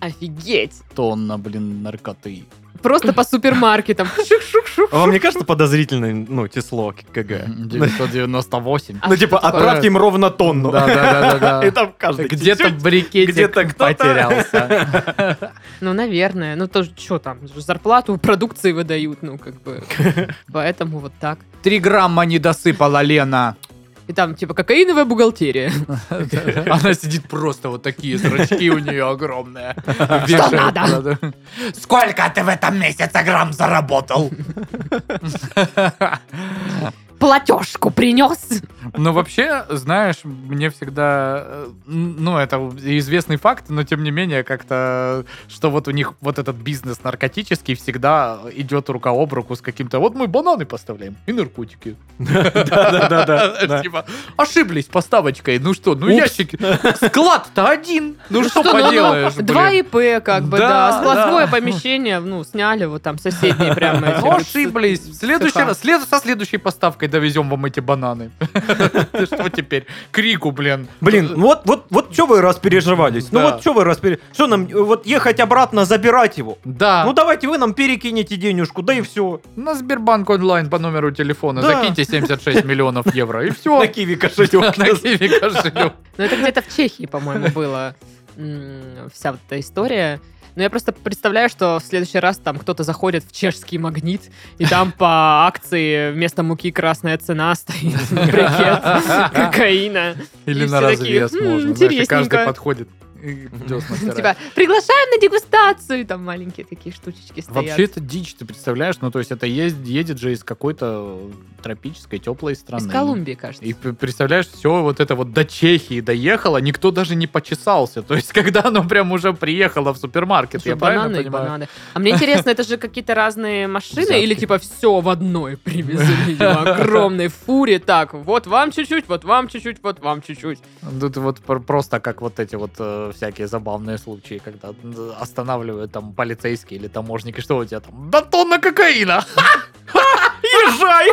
Офигеть!
Тонна, блин, наркоты.
Просто по супермаркетам. Шух-шух-шух.
А Вам не кажется подозрительное, ну, число КГ?
998.
А
Ну,
что
типа,
такое?
отправьте им ровно
Ну,
тонну.
Да-да-да-да-да.
И там каждый
Где-то
чуть-чуть.
брикетик
где-то кто-то.
потерялся.
Ну, наверное. Ну, тоже что там, зарплату продукции выдают, ну, как бы. Поэтому вот так.
Три грамма не досыпала Лена.
И там, типа, кокаиновая бухгалтерия.
Она сидит просто вот такие зрачки у нее огромные.
Что надо?
Сколько ты в этом месяце грамм заработал?
Платежку принес.
Ну, вообще, знаешь, мне всегда... э, Ну, это известный факт, но тем не менее, как-то, что вот у них вот этот бизнес наркотический всегда идет рука об руку с каким-то... Вот мы бананы поставляем и наркотики.
Да-да-да-да. да.
Типа, ошиблись поставочкой. Ну что, ну
Упс.
ящики... Склад-то один. Ну что
Ну, ну,
поделаешь,
Два
блин.
ИП, как бы,
Да,
да. Складское помещение, ну, сняли вот там соседние прямо. эти
Ну,
вот
ошиблись.
ц-
В следующий
цеха.
раз, след- со следующей поставкой довезем вам эти бананы. Что теперь? Крику, блин.
Блин, вот, вот, вот что вы распереживались? Ну
Э, Да.
вот что вы распереживались? Что нам, э, вот ехать обратно, забирать его?
Да.
Ну давайте вы нам перекинете денежку, да и все.
На Сбербанк онлайн по номеру телефона
Да.
закиньте 76 миллионов евро, и
На
все.
киви кошелек.
На Киви кошелек.
Ну, это где-то в Чехии, по-моему, было. м, Вся вот эта история. Но я просто представляю, что в следующий раз там кто-то заходит в чешский магнит, и там по акции вместо муки красная цена стоит. Брикет кокаина.
Или
И
на
все такие,
развес
«М,
можно. знаешь, и
интересненько». Типа
Каждый подходит. и десна
Тебя приглашаем на дегустацию, и там маленькие такие штучечки стоят.
Вообще это дичь, ты представляешь? Ну, то есть это ез- едет же из какой-то тропической теплой страны.
Из Колумбии, кажется.
И п- представляешь, все вот это вот до Чехии доехало, никто даже не почесался. То есть, когда оно прям уже приехало в супермаркет,
Слушай,
я
бананы
правильно
и
понимаю?
бананы. А мне интересно, это же какие-то разные машины
Взятки.
или типа все в одной привезли в огромной фуре? Так, вот вам чуть-чуть, вот вам чуть-чуть, вот вам чуть-чуть.
Тут вот пр- просто как вот эти вот э, всякие забавные случаи, когда э, останавливают там полицейские или таможники, что у тебя там? Да тонна кокаина! Езжай!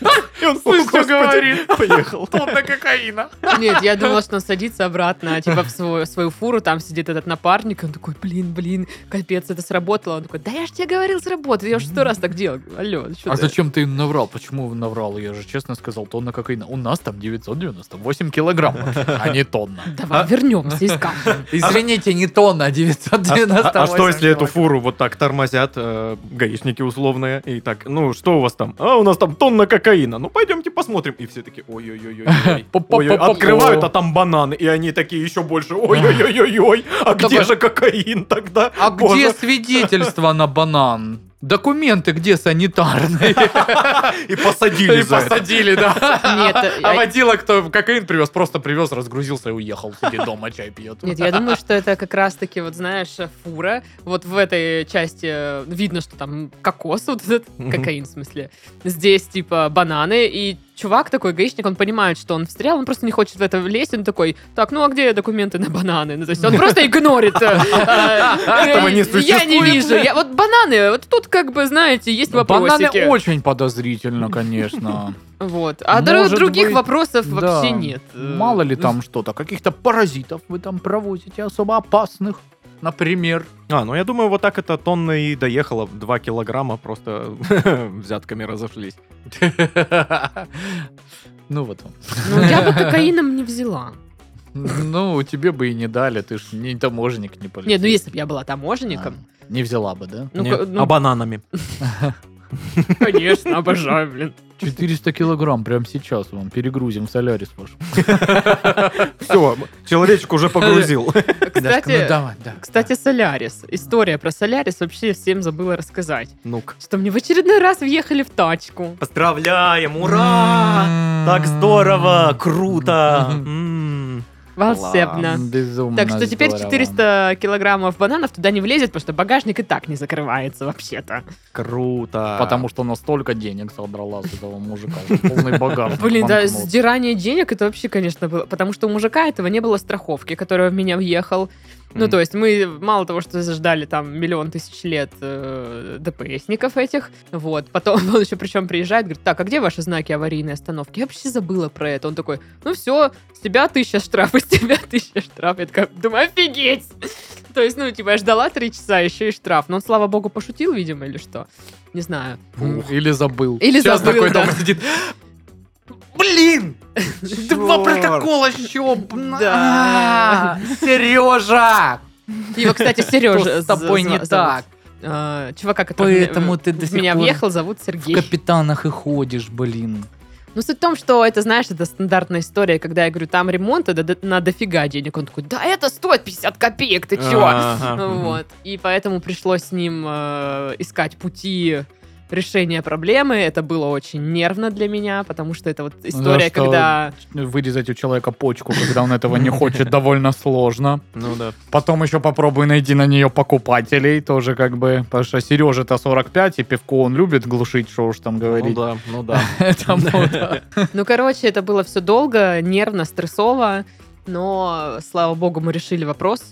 И он слышно говорит.
Поехал.
Тонна кокаина.
Нет, я думала, что он садится обратно, а, типа в свою, свою фуру, там сидит этот напарник, и он такой, блин, блин, капец, это сработало. Он такой, да я же тебе говорил, сработает, я уже сто раз так делал. Алло, что
А зачем ты им наврал? Почему наврал? Я же честно сказал, тонна кокаина. У нас там 998 килограмм, а не тонна.
Давай вернемся из кампа.
Извините, не тонна, а
А,
998
а- а что, если эту фуру вот так тормозят э, гаишники условные и так, ну что у вас там? А у нас там тонна кокаина. Ну пойдемте посмотрим. И все такие, ой-ой-ой, ой-ой,
Пу-пу-пу-пу.
открывают, а там бананы, и они такие еще больше, ой-ой-ой-ой, а где
Давай.
же кокаин тогда?
А
Боже.
где свидетельство на банан? Документы где санитарные?
И посадили за это.
да.
Нет,
А
я-
водила, кто кокаин привез, просто привез, разгрузился и уехал. Сидит дома, чай пьет.
Нет, я думаю, что это как раз-таки, вот знаешь, фура. Вот в этой части э, видно, что там кокос, вот этот,
Мгм.
кокаин в смысле. Здесь типа бананы, и чувак такой, гаишник, он понимает, что он встрял, он просто не хочет в это влезть, он такой, так, ну а где документы на бананы? Ну, то есть он просто игнорит. э, э,
Этого не
Я не
существует.
вижу. Я- Вот бананы, вот тут как бы, знаете, есть
Бананы
вопросики.
очень подозрительно, конечно.
Вот. А
Может
других
быть,
вопросов
да.
вообще нет. Э,
Мало ли там что-то, каких-то паразитов вы там провозите, особо опасных, например.
А, ну я думаю, вот так это тонна и доехала. Два килограмма просто взятками разошлись.
Ну вот он.
Ну, я бы кокаином не взяла.
Ну, тебе бы и не дали, ты ж не таможенник, не полицейский.
Нет, ну если бы я была таможенником,
А, Не взяла бы, да?
Ну,
Не,
ка- ну-
А бананами.
Конечно, обожаю, блин.
400 килограмм прям сейчас вам перегрузим в солярис ваш.
Все, человечек уже погрузил.
Ну,
Кстати,
давай, да.
кстати, Солярис. История про Солярис вообще всем забыла рассказать.
Ну-ка.
Что мне в очередной раз въехали в тачку.
Поздравляем,
М-м.
М.
Волшебно.
М, М-м-м. Безумно
Так что теперь
здорово.
400 килограммов бананов туда не влезет, потому что багажник и так не закрывается вообще-то.
Круто.
Потому что настолько денег собрала с этого мужика. Полный багаж.
Блин, да,
банкнот.
сдирание денег это вообще, конечно, было. Потому что у мужика этого не было страховки, которая в меня въехал. Ну,
М.
то есть мы мало того, что ждали там миллион тысяч лет э, ДПСников этих, вот, потом он еще причем приезжает, говорит, так, а где ваши знаки аварийной остановки? Я вообще забыла про это. Он такой, ну все, с тебя тысяча штраф, из тебя тысяча штраф. Я такая, думаю, офигеть! То есть, ну, типа, я ждала три часа, еще и штраф. Но он, слава богу, пошутил, видимо, или что. Не знаю.
Ух, Или забыл.
Или
Сейчас
забыл,
такой
да.
дома сидит. Блин! Два
Чёрт.
протокола еще.
Да.
А, Сережа!
Его, кстати, Сережа
Что с тобой не так?
Э, Чувака, который
Поэтому
в-
ты до
в
сих
меня
пор
въехал, зовут
в
Сергей.
капитанах и ходишь, блин.
Ну, суть в том, что это, знаешь, это стандартная история, когда я говорю, там ремонт, это до- на дофига денег. Он такой, да это стоит 50 копеек, ты чё? Ну,
Ага.
Вот. И поэтому пришлось с ним э, искать пути решения проблемы. Это было очень нервно для меня, потому что это вот история,
что-
когда...
Вырезать у человека почку, когда он этого не хочет, довольно сложно.
Ну да.
Потом еще попробуй найти на нее покупателей, тоже как бы, потому что Сережа-то 45, и пивко он любит глушить, что уж там
Ну
говорить.
да, ну да.
Там, ну да.
Ну, короче, это было все долго, нервно, стрессово, но, слава богу, мы решили вопрос.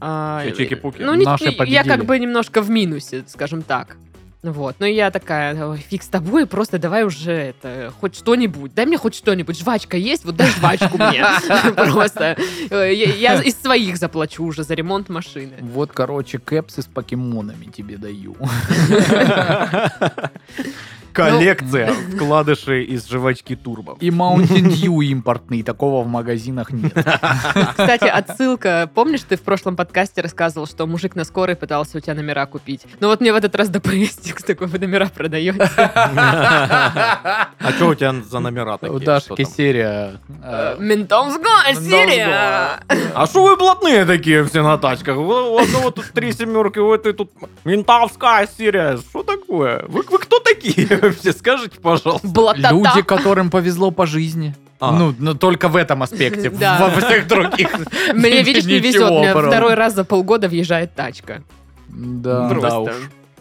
А,
Все чики-пуки.
Ну, не-
Наши
не- я
победили.
как бы немножко в минусе, скажем так. Вот, ну и я такая, «Ой, фиг с тобой, просто давай уже это, хоть что-нибудь, дай мне хоть что-нибудь, жвачка есть, вот дай жвачку мне, просто, Э, я я из своих заплачу уже за ремонт машины.
Вот, короче, кэпсы с покемонами тебе даю.
Коллекция
Ну.
вкладышей из жвачки Турбо.
И Mountain Dew импортный, такого в магазинах нет. А.
Кстати, отсылка. Помнишь, ты в прошлом подкасте рассказывал, что мужик на скорой пытался у тебя номера купить? Ну вот мне в этот раз ДПСник такой, вы номера продаете.
А что у тебя за номера такие?
У
Что
Дашки
там?
серия. э,
Ментом с го-
Ментом с
серия!
А что вы блатные такие все на тачках? У одного тут три семерки, у этой тут ментовская серия. Что такое? Вы, вы кто такие вообще? Скажите, пожалуйста.
Блатата.
Люди, которым повезло по жизни.
А.
Ну, ну, только в этом аспекте. В-
Да.
Во всех других.
Мне, видишь, не
ничего
везет. Мне
про-
второй раз за полгода въезжает тачка.
Да,
Просто.
да уж.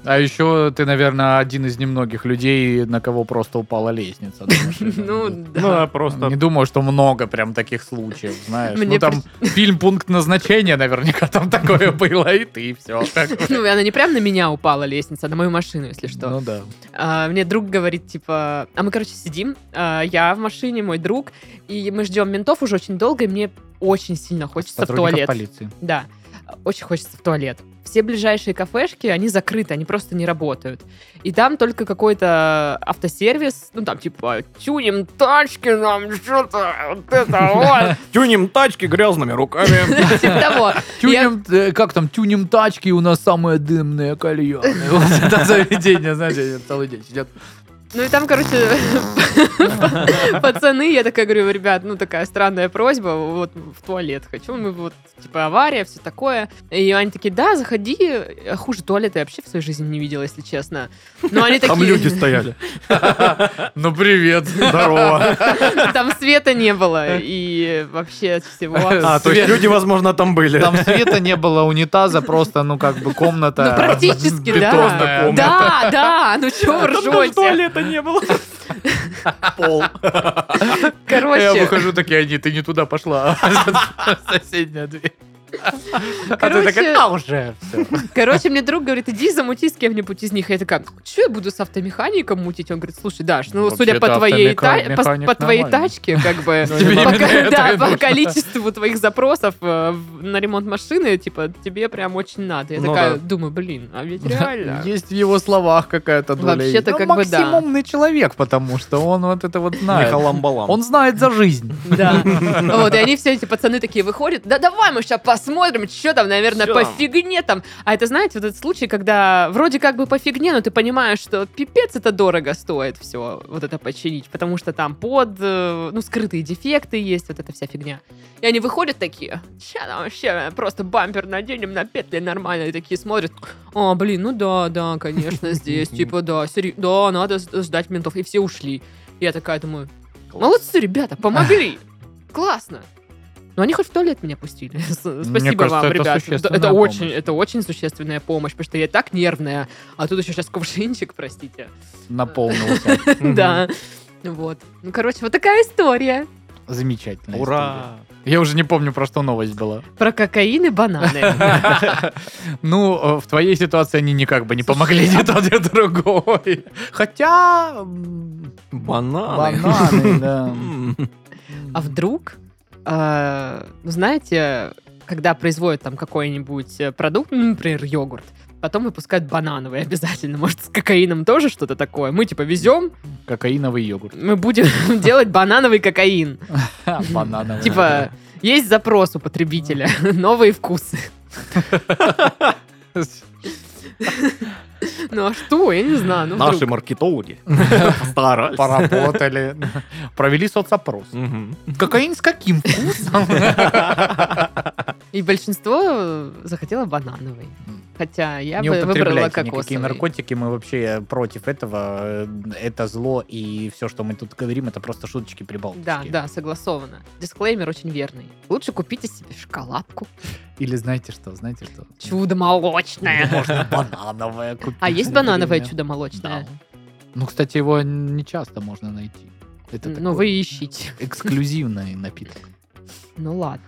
А еще ты, наверное, один из немногих людей, на кого просто упала лестница. да, машина.
Ну,
Ну,
да.
я просто...
Не думаю, что много прям таких случаев, знаешь.
Мне
ну, там фильм «Пункт назначения» наверняка там такое было, и ты, все.
Ну, и она не прям на меня упала лестница, а на мою машину, если что.
Ну да.
А, мне друг говорит, типа, а мы, короче, сидим, а, я в машине, мой друг, и мы ждем ментов уже очень долго, и мне очень сильно хочется в
Сотрудников
туалет.
полиции.
Да, очень хочется в туалет. Все ближайшие кафешки, они закрыты, они просто не работают. И там только какой-то автосервис, ну там типа тюним тачки нам, что-то, вот это
Тюним тачки грязными руками.
вот. Типа того.
Тюним, э, как там, тюним тачки, у нас самое дымное кальяны. Вот это заведение, знаете, они целый день сидят.
Ну и там, короче, пацаны, я такая говорю, ребят, ну такая странная просьба, вот в туалет хочу, мы вот, типа, авария, все такое. И они такие, да, заходи, А хуже туалета я вообще в своей жизни не видела, если честно. Но они такие...
Там люди стояли.
Ну, привет.
Здорово.
Там света не было, и вообще всего.
А, то есть
Свет.
люди, возможно, там были.
Там света не было, унитаза, просто, ну, как бы комната.
э,
Ну, практически,
бетонная.
да. Да, да, ну чего
А
вы ржете?
туалета не было.
Пол. Я
Короче,
выхожу, такие они, ты не туда пошла. а Соседняя дверь. А ты
Короче-
такая, а уже. Всё.
Короче, мне друг говорит, иди замути с кем-нибудь из них. Я такая, что я буду с автомехаником мутить? Он говорит, слушай, Даш, ну,
Вообще-то
судя по твоей, та-
автомеханик
по, по твоей
нормальный.
тачке, как бы,
Ну, тебе
по,
именно
ко-
это
да,
и
по
нужно.
количеству твоих запросов э, в- на ремонт машины, типа, тебе прям очень надо. Я
Ну
такая
да.
думаю, блин, а ведь реально.
Есть в его словах какая-то доля.
Вообще-то
Ну,
как бы да.
максимумный человек, потому что он вот это вот знает.
Михаламбалам.
Он знает за жизнь.
Да. Вот, и они все эти пацаны такие выходят, да давай мы сейчас посмотрим, что там, наверное,
Чё
по
там?
фигне там. А это, знаете, вот этот случай, когда вроде как бы по фигне, но ты понимаешь, что пипец это дорого стоит все вот это починить, потому что там под, э, ну, скрытые дефекты есть, вот эта вся фигня. И они выходят такие, ща там вообще просто бампер наденем на петли нормально, и такие смотрят, а, блин, ну да, да, конечно, здесь, типа, да, сери- да, надо с- ждать ментов, и все ушли. Я такая думаю, молодцы, ребята, помогли, классно. Но они хоть в туалет меня пустили. С- Спасибо
кажется,
вам,
это
ребят. Да,
существенная
это
помощь.
очень, это очень существенная помощь, потому что я и так нервная, а тут еще сейчас кувшинчик, простите.
Наполнился.
Мгм.
Да. Вот. Ну, короче, вот такая история.
Замечательно.
Ура.
Я уже не помню, про что новость была.
Про кокаин и бананы.
Ну, э, в твоей ситуации они никак бы не
Слушай,
помогли ни тот, ни другой. Хотя... м,
Бананы.
Бананы, да.
М.
А вдруг, э, ну, знаете, когда производят там какой-нибудь э, продукт, ну, например, йогурт, потом выпускают банановый обязательно. Может, с кокаином тоже что-то такое? Мы, типа, везем,
Кокаиновый йогурт.
мы будем делать банановый кокаин.
Ха, Банановый.
Типа, есть запрос у потребителя. Новые вкусы. Ну а что? Я не знаю. Ну,
Наши
вдруг.
маркетологи. Старались.
Поработали. Провели соцопрос.
Мгм.
Кокаин с каким вкусом?
И большинство э, захотело банановый. Хотя я
не
бы выбрала
употребляйте никакие
кокосовый.
наркотики, мы вообще против этого. Это зло, и все, что мы тут говорим, это просто шуточки прибалтики.
Да, да, согласовано. Дисклеймер очень верный. Лучше купите себе шоколадку.
Или знаете что, знаете что?
Чудо молочное.
Можно банановое купить.
А есть банановое
Время.
чудо молочное?
Да. Ну, кстати, его не часто можно найти. Это
Ну
такой
вы ищите.
эксклюзивный напиток.
Ну ладно.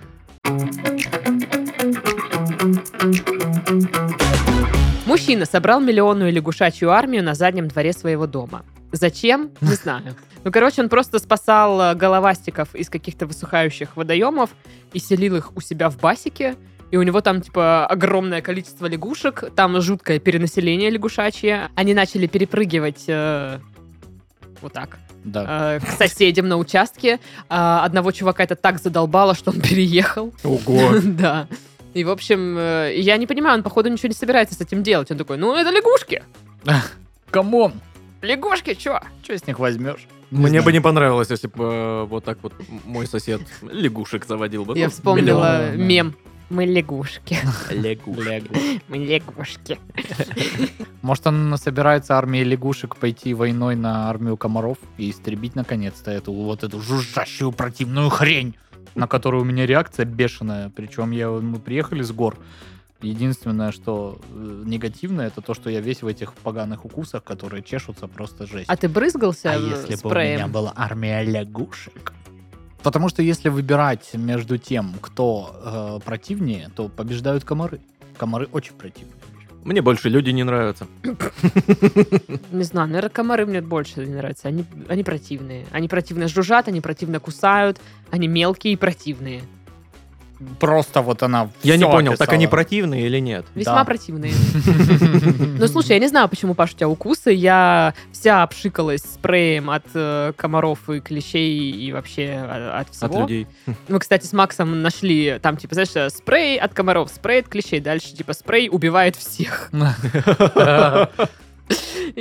Мужчина собрал миллионную лягушачью армию на заднем дворе своего дома. Зачем? Не знаю. Ну, короче, он просто спасал э, головастиков из каких-то высыхающих водоемов и селил их у себя в басике. И у него там, типа, огромное количество лягушек. Там жуткое перенаселение лягушачье. Они начали перепрыгивать э, Вот так.
Да.
Э, К соседям на участке. А, Одного чувака это так задолбало, что он переехал.
Ого.
Да. И, в общем, э, я не понимаю, он, походу, ничего не собирается с этим делать. Он такой, ну, это лягушки.
Камон,
Лягушки, чё?
что с них возьмешь?
Мне бы не понравилось, если бы э, вот так вот мой сосед лягушек заводил бы.
Я
Ну,
вспомнила
миллион, да.
мем. Мы лягушки.
миллион Лягушек.
Мы лягушки.
Может, он собирается армией лягушек пойти войной на армию комаров и истребить наконец-то эту вот эту жужжащую противную хрень, на которую у меня реакция бешеная. Причем я, мы приехали с гор. Единственное, что э, негативное, это то, что я весь в этих поганых укусах, которые чешутся просто жесть.
А ты брызгался
А
э,
если бы у меня
спреем?
была армия лягушек? Потому что если выбирать между тем, кто э, противнее, то побеждают комары. Комары очень противные.
Мне больше люди не нравятся.
Не знаю, наверное, комары мне больше нравятся. Они, они противные. Они противно жужжат, они противно кусают, они мелкие и противные.
Просто вот она
Я не
всё
понял, так
описала.
они противные или нет?
Весьма
Да.
противные. Ну, слушай, я не знаю, почему, Паш, у тебя укусы. Я вся обшикалась спреем от э, комаров и клещей и вообще о- от
От
всего.
людей.
Мы, кстати, с Максом нашли там, типа, знаешь, э, спрей от комаров, спрей от клещей. Дальше, типа, спрей убивает всех. И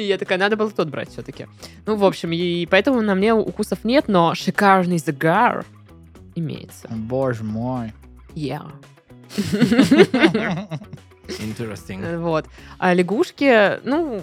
я такая, надо было тот брать все-таки. Ну, в общем, и поэтому на мне укусов нет, но шикарный загар имеется.
Боже мой.
Yeah.
Interesting.
Э, Вот. А лягушки, ну,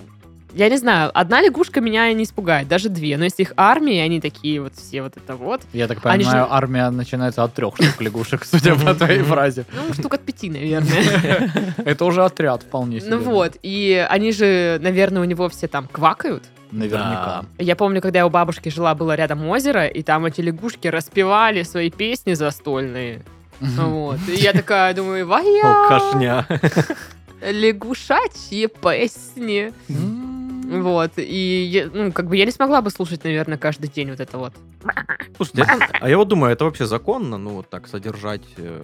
я не знаю, одна лягушка меня не испугает, даже две. Но если их армии, они такие вот все вот это вот.
Я так
Они же-
понимаю, армия начинается от трех штук лягушек, судя по твоей фразе.
Ну, штук от пяти, наверное.
Это уже отряд вполне себе.
Ну вот, и они же, наверное, у него все там квакают.
Наверняка.
Да.
Я помню, когда я у бабушки жила, было рядом озеро, и там эти лягушки распевали свои песни застольные. Вот. И я такая думаю, вая,
Алкашня.
лягушачьи песни.
М.
Вот. И, я- ну, как бы я не смогла бы слушать, наверное, каждый день вот это вот.
Слушайте, а- а я вот думаю, это вообще законно, ну, вот так содержать э,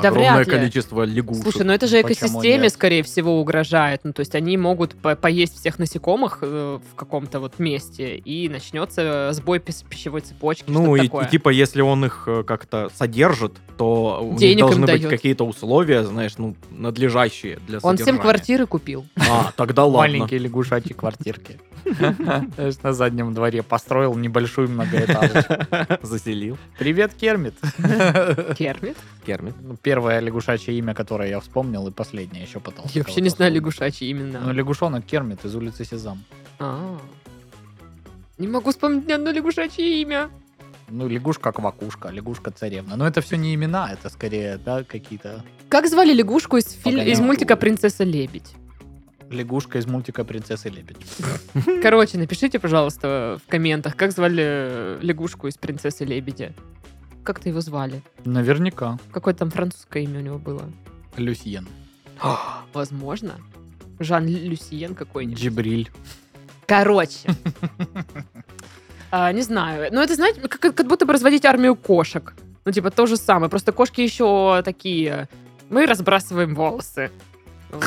Да
огромное
вряд ли.
количество лягушек?
Слушай, ну это же
Почему
экосистеме,
нет?
скорее всего, угрожает. Ну, то есть они могут по- поесть всех насекомых э, в каком-то вот месте, и начнется э, сбой пис- пищевой цепочки.
Ну,
что-то
и,
такое.
и типа, если он их э, как-то содержит, то у
Денег
них должны
им
быть
дает.
какие-то условия, знаешь, ну, надлежащие для
Он всем
содержания.
квартиры купил.
А, тогда ладно.
Ну, Маленькие лягушачьи квартирки. Знаешь, На заднем дворе построил небольшую многоэтажку.
Заселил.
Привет, Кермит.
Кермит.
Кермит.
Ну, Первое лягушачье имя, которое я вспомнил, и последнее еще пытался.
Я вообще
кого-то
не знаю
вспомнить.
лягушачьи
Ну,
имена.
лягушонок Кермит из улицы Сезам.
А. Не могу вспомнить ни одно лягушачье имя.
Ну, лягушка-квакушка, лягушка-царевна. Но это все не имена, это скорее, да, какие-то...
Как звали лягушку из, филь-
Погонял.
из мультика «Принцесса Лебедь»?
Лягушка из мультика «Принцесса и лебедь». Хм.
Короче, напишите, пожалуйста, в комментах, как звали э, лягушку из «Принцессы Лебедя». Как-то его звали.
Наверняка.
Какое-то там французское имя у него было.
Люсьен.
Возможно. Жан Люсиен какой-нибудь.
Джибриль.
Короче. А, не знаю. Ну, это, знаете, как, как будто бы разводить армию кошек. Ну, типа, то же самое. Просто кошки еще такие... Мы разбрасываем волосы. Вот.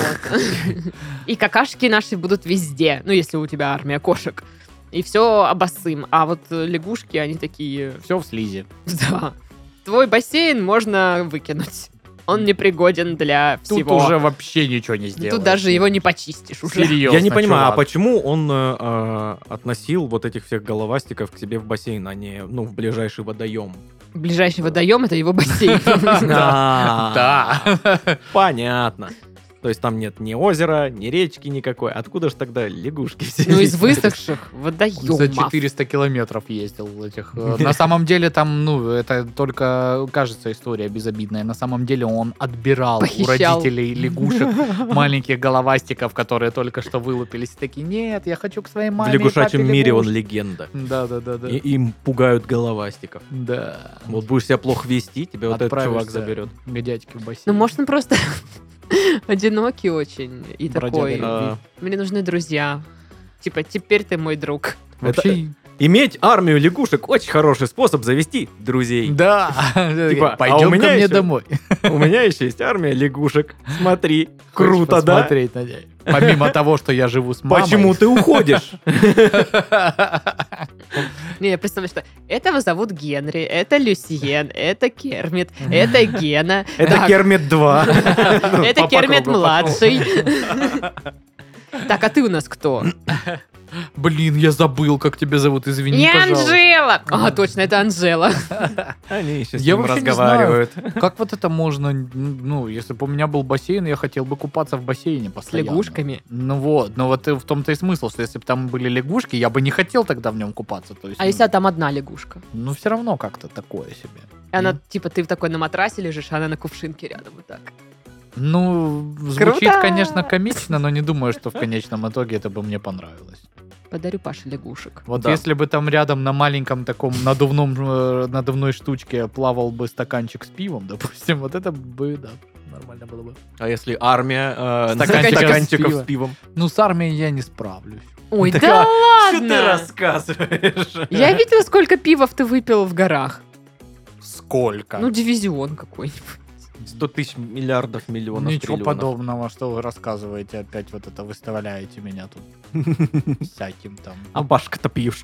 И какашки наши будут везде. Ну, если у тебя армия кошек. И все обосым. А вот э, лягушки, они такие...
Все в слизи.
Да. Твой бассейн можно выкинуть. Он непригоден для
Тут
всего. Ну,
уже вообще ничего не сделаешь.
Тут даже его не почистишь уже.
Серьезно,
Я не понимаю, а
чувак.
почему он э, э, относил вот этих всех головастиков к себе в бассейн, а не, ну, в ближайший водоем?
Ближайший водоем это его бассейн.
Да.
Да.
Понятно. То есть там нет ни озера, ни речки никакой. Откуда ж тогда лягушки все?
Ну, из
лезут?
высохших водоемов.
За 400 километров ездил в этих. э, На самом деле там, ну, это только кажется история безобидная. На самом деле он отбирал у
Похищал.
родителей лягушек маленьких головастиков, которые только что вылупились. И Такие, нет, я хочу к своей
В
маме. и
лягушачьем
папе
мире он
лягушек».
легенда.
Да, да, да, да.
И им пугают головастиков.
Да.
Вот будешь себя плохо вести, тебя вот этот чувак
Отправишься
заберет.
К дядьке в бассейн.
Ну, может, он просто одинокий очень и
Бродяга.
такой.
Да.
А,
Мне нужны друзья. Типа, теперь ты мой друг.
вообще.
Иметь армию лягушек очень хороший способ завести друзей.
Да.
Типа, а у
пойдем ко
меня
мне
еще-
домой.
У меня еще есть армия лягушек. Смотри,
Хочешь
круто, да?
посмотреть на дядь? Помимо того, что я живу с мамой.
Почему ты уходишь?
Не, я представляю, что этого зовут Генри, это Люсьен, это Кермит, это Гена.
Это
Так,
Кермит 2.
Это
по
Кермит
кругу пошел.
младший. Так, а ты у нас кто?
Блин, я забыл, как тебя зовут, извини,
Не
пожалуйста.
Анжела! А, точно, это Анжела.
Они еще с
Я
ним
вообще не
разговаривают.
Как вот это можно, ну, если бы у меня был бассейн, я хотел бы купаться в бассейне
С
постоянно.
лягушками.
Ну вот, но вот и в том-то и смысл, что если бы там были лягушки, я бы не хотел тогда в нем купаться. То есть,
А
ну,
если там одна лягушка?
Ну, все равно как-то такое себе.
И она,
Мгм.
типа, ты в такой на матрасе лежишь, а она на кувшинке рядом вот так.
Ну, звучит,
Круто!
конечно, комично, но не думаю, что в конечном итоге это бы мне понравилось.
Подарю Паше лягушек.
Вот
Да.
если бы там рядом на маленьком таком надувном, э, надувной штучке плавал бы стаканчик с пивом, допустим, вот это бы, да, нормально было бы.
А если армия э,
Стаканчиков с
стаканчиков
пива.
с пивом?
Ну, с армией я не справлюсь.
Ой,
Так,
да
Что ты
ладно!
рассказываешь?
Я видела, сколько пивов ты выпил в горах.
Сколько?
Ну, дивизион какой-нибудь.
100 тысяч миллиардов миллионов
Ничего
триллионов.
подобного, что вы рассказываете, опять вот это выставляете меня тут всяким там.
А Пашка-то пьешь.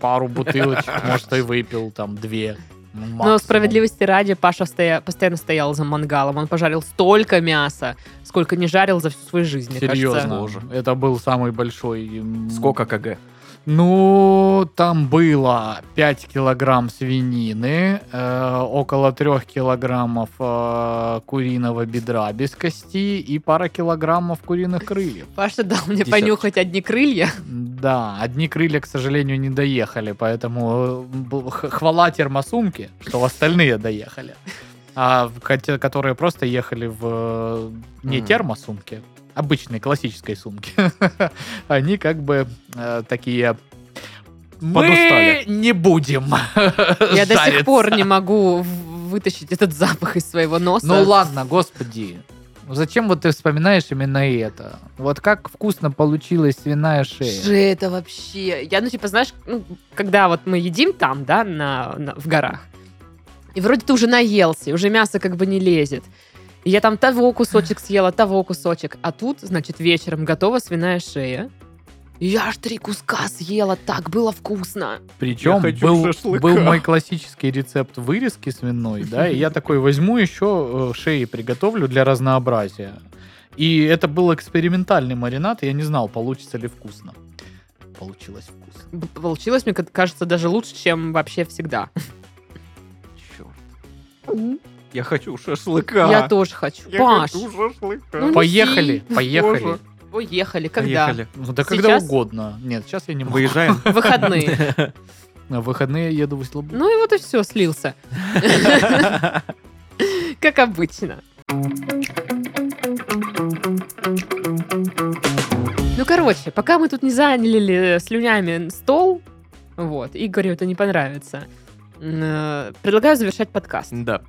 Пару бутылочек, может, и выпил, там, две. ну,
Но
максимум.
справедливости ради, Паша стоя- постоянно стоял за мангалом. Он пожарил столько мяса, сколько не жарил за всю свою жизнь, мне
Серьезно,
кажется.
Боже.
это был самый большой... м,
Сколько КГ?
Ну, там было 5 килограмм свинины, э, около 3 килограммов э, куриного бедра без кости и пара килограммов куриных крыльев.
Паша дал мне
Десяточка.
понюхать одни крылья.
Да, одни крылья, к сожалению, не доехали, поэтому э, бл- х- хвала термосумке, что остальные доехали. А в- хотя- которые просто ехали в э, не
Мгм.
термосумке, обычной классической сумке, они как бы э, такие... Мы
Подустали.
не будем
Я до
жариться».
сих пор не могу в- вытащить этот запах из своего носа.
Ну ладно, господи. Зачем вот ты вспоминаешь именно это? Вот как вкусно получилась свиная шея.
Же это вообще... Я, ну, типа, знаешь, ну, когда вот мы едим там, да, на, на- в горах, и вроде ты уже наелся, и уже мясо как бы не лезет. И я там того кусочек съела, того кусочек. А тут, значит, вечером готова свиная шея. И я аж три куска съела, так было вкусно.
Причем
Я хочу
был,
шашлыка.
был мой классический рецепт вырезки свиной, да, и я такой возьму еще э, шеи приготовлю для разнообразия. И это был экспериментальный маринад, и я не знал, получится ли вкусно. Получилось вкусно.
Б- Получилось, мне ка- кажется, даже лучше, чем вообще всегда.
Черт. Я хочу шашлыка.
Я тоже хочу.
Я
Паш,
хочу шашлыка.
Ну,
Поехали,
неси.
поехали.
Боже.
поехали, когда?
Поехали.
Ну да когда
Сейчас?
угодно. Нет, сейчас я не могу.
Выезжаем.
В Выходные.
На выходные еду в Слободу.
Ну и вот и все, слился. Как обычно. Ну, короче, пока мы тут не заняли слюнями стол, вот, Игорю это не понравится, м, э, предлагаю завершать подкаст.
Да,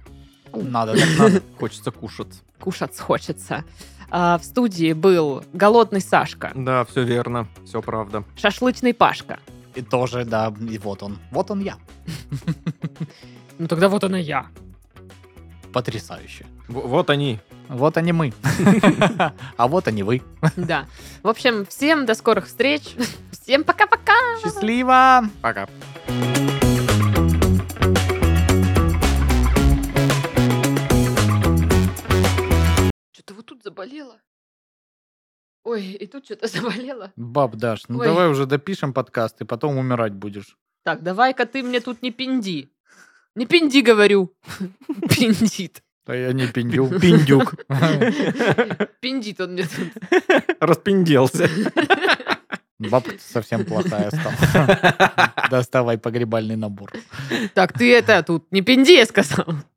Ну.
Надо, так надо.
хочется кушать.
Кушать хочется. А, в студии был голодный Сашка,
Да, все верно, все правда.
шашлычный Пашка.
И тоже, да, и вот он. Вот он я.
Ну, тогда вот она я.
Потрясающе.
В- Вот они.
Вот они мы. А вот они вы.
Да. В общем, всем до скорых встреч. Всем пока-пока.
Счастливо!
Пока.
Что-то вот тут заболела. Ой, и тут что-то заболела.
Баб Даш, ну
Ой.
давай уже допишем подкаст, и потом умирать будешь.
Так, давай-ка ты мне тут не пинди. Не пинди, говорю. Пиндит.
Да я не пиндю.
Пиндюк.
Пиндит он мне тут.
Распинделся.
Бабка совсем плохая стала. Доставай погребальный набор.
Так, ты это тут не пинди, я сказала.